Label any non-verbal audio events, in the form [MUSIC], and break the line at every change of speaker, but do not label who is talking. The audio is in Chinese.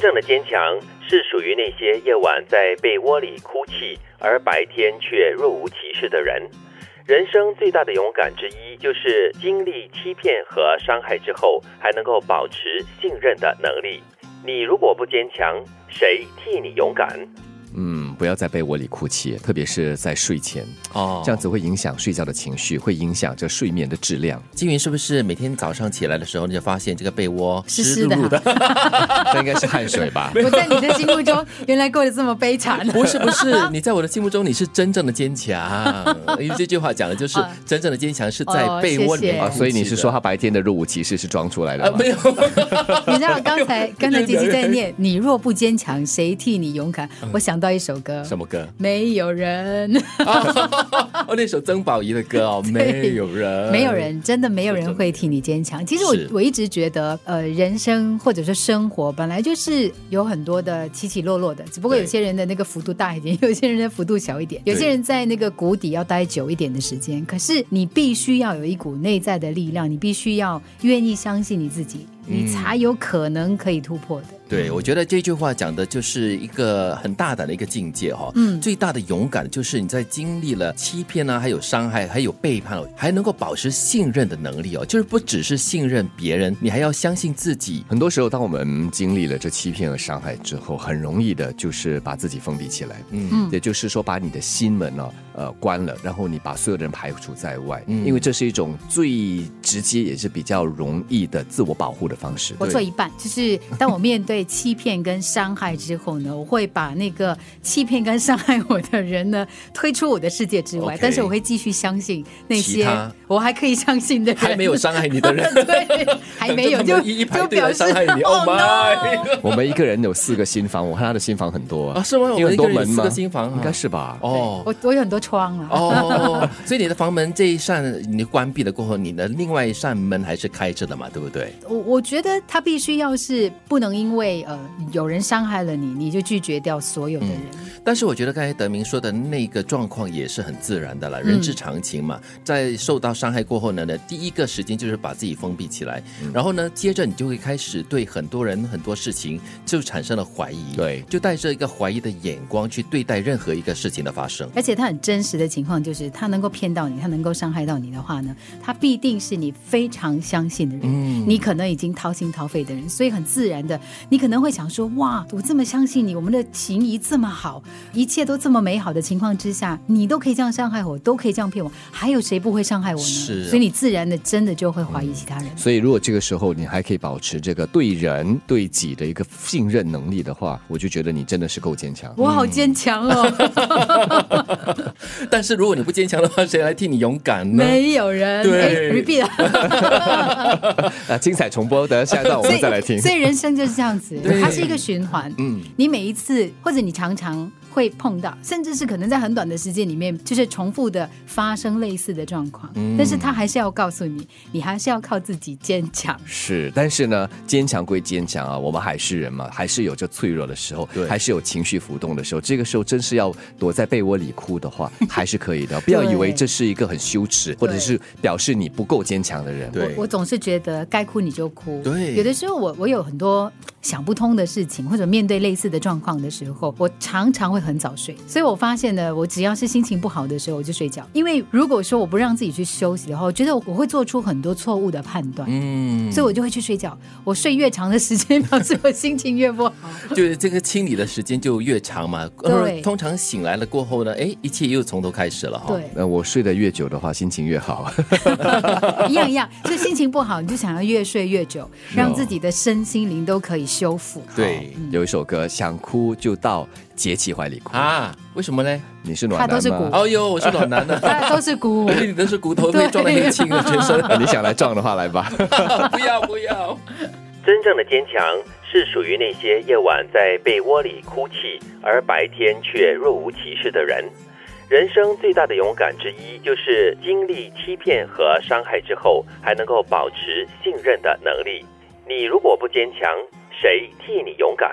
正的坚强是属于那些夜晚在被窝里哭泣，而白天却若无其事的人。人生最大的勇敢之一，就是经历欺骗和伤害之后，还能够保持信任的能力。你如果不坚强，谁替你勇敢？
嗯，不要在被窝里哭泣，特别是在睡前，
哦，
这样子会影响睡觉的情绪，会影响这睡眠的质量。
金云是不是每天早上起来的时候，你就发现这个被窝
湿
湿漉漉
湿的 [LAUGHS]
的？
[LAUGHS] 这应该是汗水吧？
我在你的心目中原来过得这么
[LAUGHS]
悲惨。
不是不是，你在我的心目中你是真正的坚强，
[LAUGHS]
因为这句话讲的就是
啊
真正的坚强是在
哦
被窝里面哭泣
谢谢
的、
[LAUGHS] 啊，所以你是说他白天的若无其事是装出来
啊
[LAUGHS] 的吗？
没有？
你知道刚才刚才杰西在念“你若不坚强，谁替你勇敢”，我想到一首歌，
嗯什么歌？
没有人，
[LAUGHS] 哦，那首曾宝仪的歌
[LAUGHS]
哦，没有人，
没有人，真的没有人会替你坚强。其实我
是
我一直觉得，呃，人生或者说生活本来就是有很多的起起落落的，只不过
对
有些人的那个幅度大一点， [LAUGHS] 有些人的幅度小一点，有些人在那个谷底要待久一点的时间。可是你必须要有一股内在的力量，你必须要愿意相信你自己，
嗯
你才有可能可以突破的。
对，我觉得这句话讲的就是一个很大胆的一个境界哈、嗯，最大的勇敢就是你在经历了欺骗啊，还有伤害，还有背叛哦，还能够保持信任的能力哦。就是不只是信任别人，你还要相信自己。
很多时候，当我们经历了这欺骗和伤害之后，很容易的就是把自己封闭起来。嗯，也就是说，把你的心门呢、呃，关了，然后你把所有人排除在外，因为这是一种最直接也是比较容易的自我保护的方式。
我做一半，就是当我面对欺骗跟伤害之后呢，我会把那个欺骗跟伤害我的人呢推出我的世界之外
OK
但是我会继续相信那
其
些
他
我还可以相信的人，
还没
[LAUGHS]
有伤害你的人， [LAUGHS]
对，还没有
等着他
就
们一一排
就
队来
表示
伤害 [LAUGHS] 你。Oh
no！
[LAUGHS] my！
我们一个人有四个新房，我看他的新房很多
啊是吗我们
因为很多
一个人
门嘛，
有四个新房啊
应该是吧？
哦
我我有很多窗啊。
哦，所以你的房门这一扇你关闭了过后，你的另外一扇门还是开着的嘛，对不对？
我我觉得他必须要是不能因为呃有人伤害了你，你就拒绝掉所
嗯
有的人。
但是我觉得刚才德明说的那个状况也是很自然的
嗯
了，人之常情嘛。在受到伤害过后呢，呢第一个时间就是把自己封闭起来，
嗯
然后呢，接着你就会开始对很多人、很多事情就产生了怀疑，
对
就带着一个怀疑的眼光去对待任何一个事情的发
[LAUGHS]
生。
而且他很真实的情况就是，他能够骗到你，他能够伤害到你的话呢，他必定是你非常相信的人，你可能已经掏心掏肺的人，所以很自然的，你可能会想说，哇，我这么相信你，我们的情谊这么好，一切都这么美好的情况之下，你都可以这样伤害我，都可以这样骗我，还有谁不会伤害我呢？
是啊
所以你自然的真的就会怀疑其他人。
所以，如果这个时候你还可以保持这个对人对己的一个信任能力的话，我就觉得你真的是够坚强。
我好坚强哦，
但是如果你不坚强的话，谁来替你勇敢呢？
没有人。
对
[LAUGHS] 哎，repeat 啊。
啊，精彩重播，等一下下一段我
所
们
以，
再
[LAUGHS]
来听。
所以人生就是这样子
对，
它是一个循环。嗯，你每一次或者你常常会碰到，甚至是可能在很短的时间里面，就是重复的发生类似的状况。
嗯
但是他还是要告诉你，你还是要靠自己坚强。
是，但是呢，坚强归坚强啊，我们还是人嘛，还是有这脆弱的时候，
对
还是有情绪浮动的时候。这个时候，真是要躲在被窝里哭的话，还是可以
[LAUGHS]
的。不要以为这是一个很羞耻，或者是表示你不够坚强的人。
对
我我总是觉得该哭你就哭。
对
有的时候我我有很多想不通的事情，或者面对类似的状况的时候，我常常会很早睡。所以我发现呢，我只要是心情不好的时候，我就睡觉。因为如果说我不让自己去休息的话，我觉得我会做出很多错误的判断。嗯，所以我就会去睡觉。我睡越长的时间，表示我心情越不
[LAUGHS]
好。
就是这个清理的时间就越长嘛。
对
呃通常醒来了过后呢，哎，一切又从头开始了哈。
对。
那我睡得越久的话，心情越好。
一样一样，就心情不好，你就想要越睡越久，让自己的身心灵都可以修
[LAUGHS]
复。
哦对
[LAUGHS] 有一首歌，想哭就到杰奇怀里哭。
啊，为什么呢？
你是暖
他都
男
是
吗 [LAUGHS]
骨？
哦呦，我是老男的、
[LAUGHS]
[LAUGHS]
大家都是鼓舞
我。对你都是骨头，会撞得很轻的全身。 [LAUGHS]
啊你想来撞的话，来吧。
不要不要！
真正的坚强是属于那些夜晚在被窝里哭泣，而白天却若无其事的人。人生最大的勇敢之一，就是经历欺骗和伤害之后，还能够保持信任的能力。你如果不坚强，谁替你勇敢？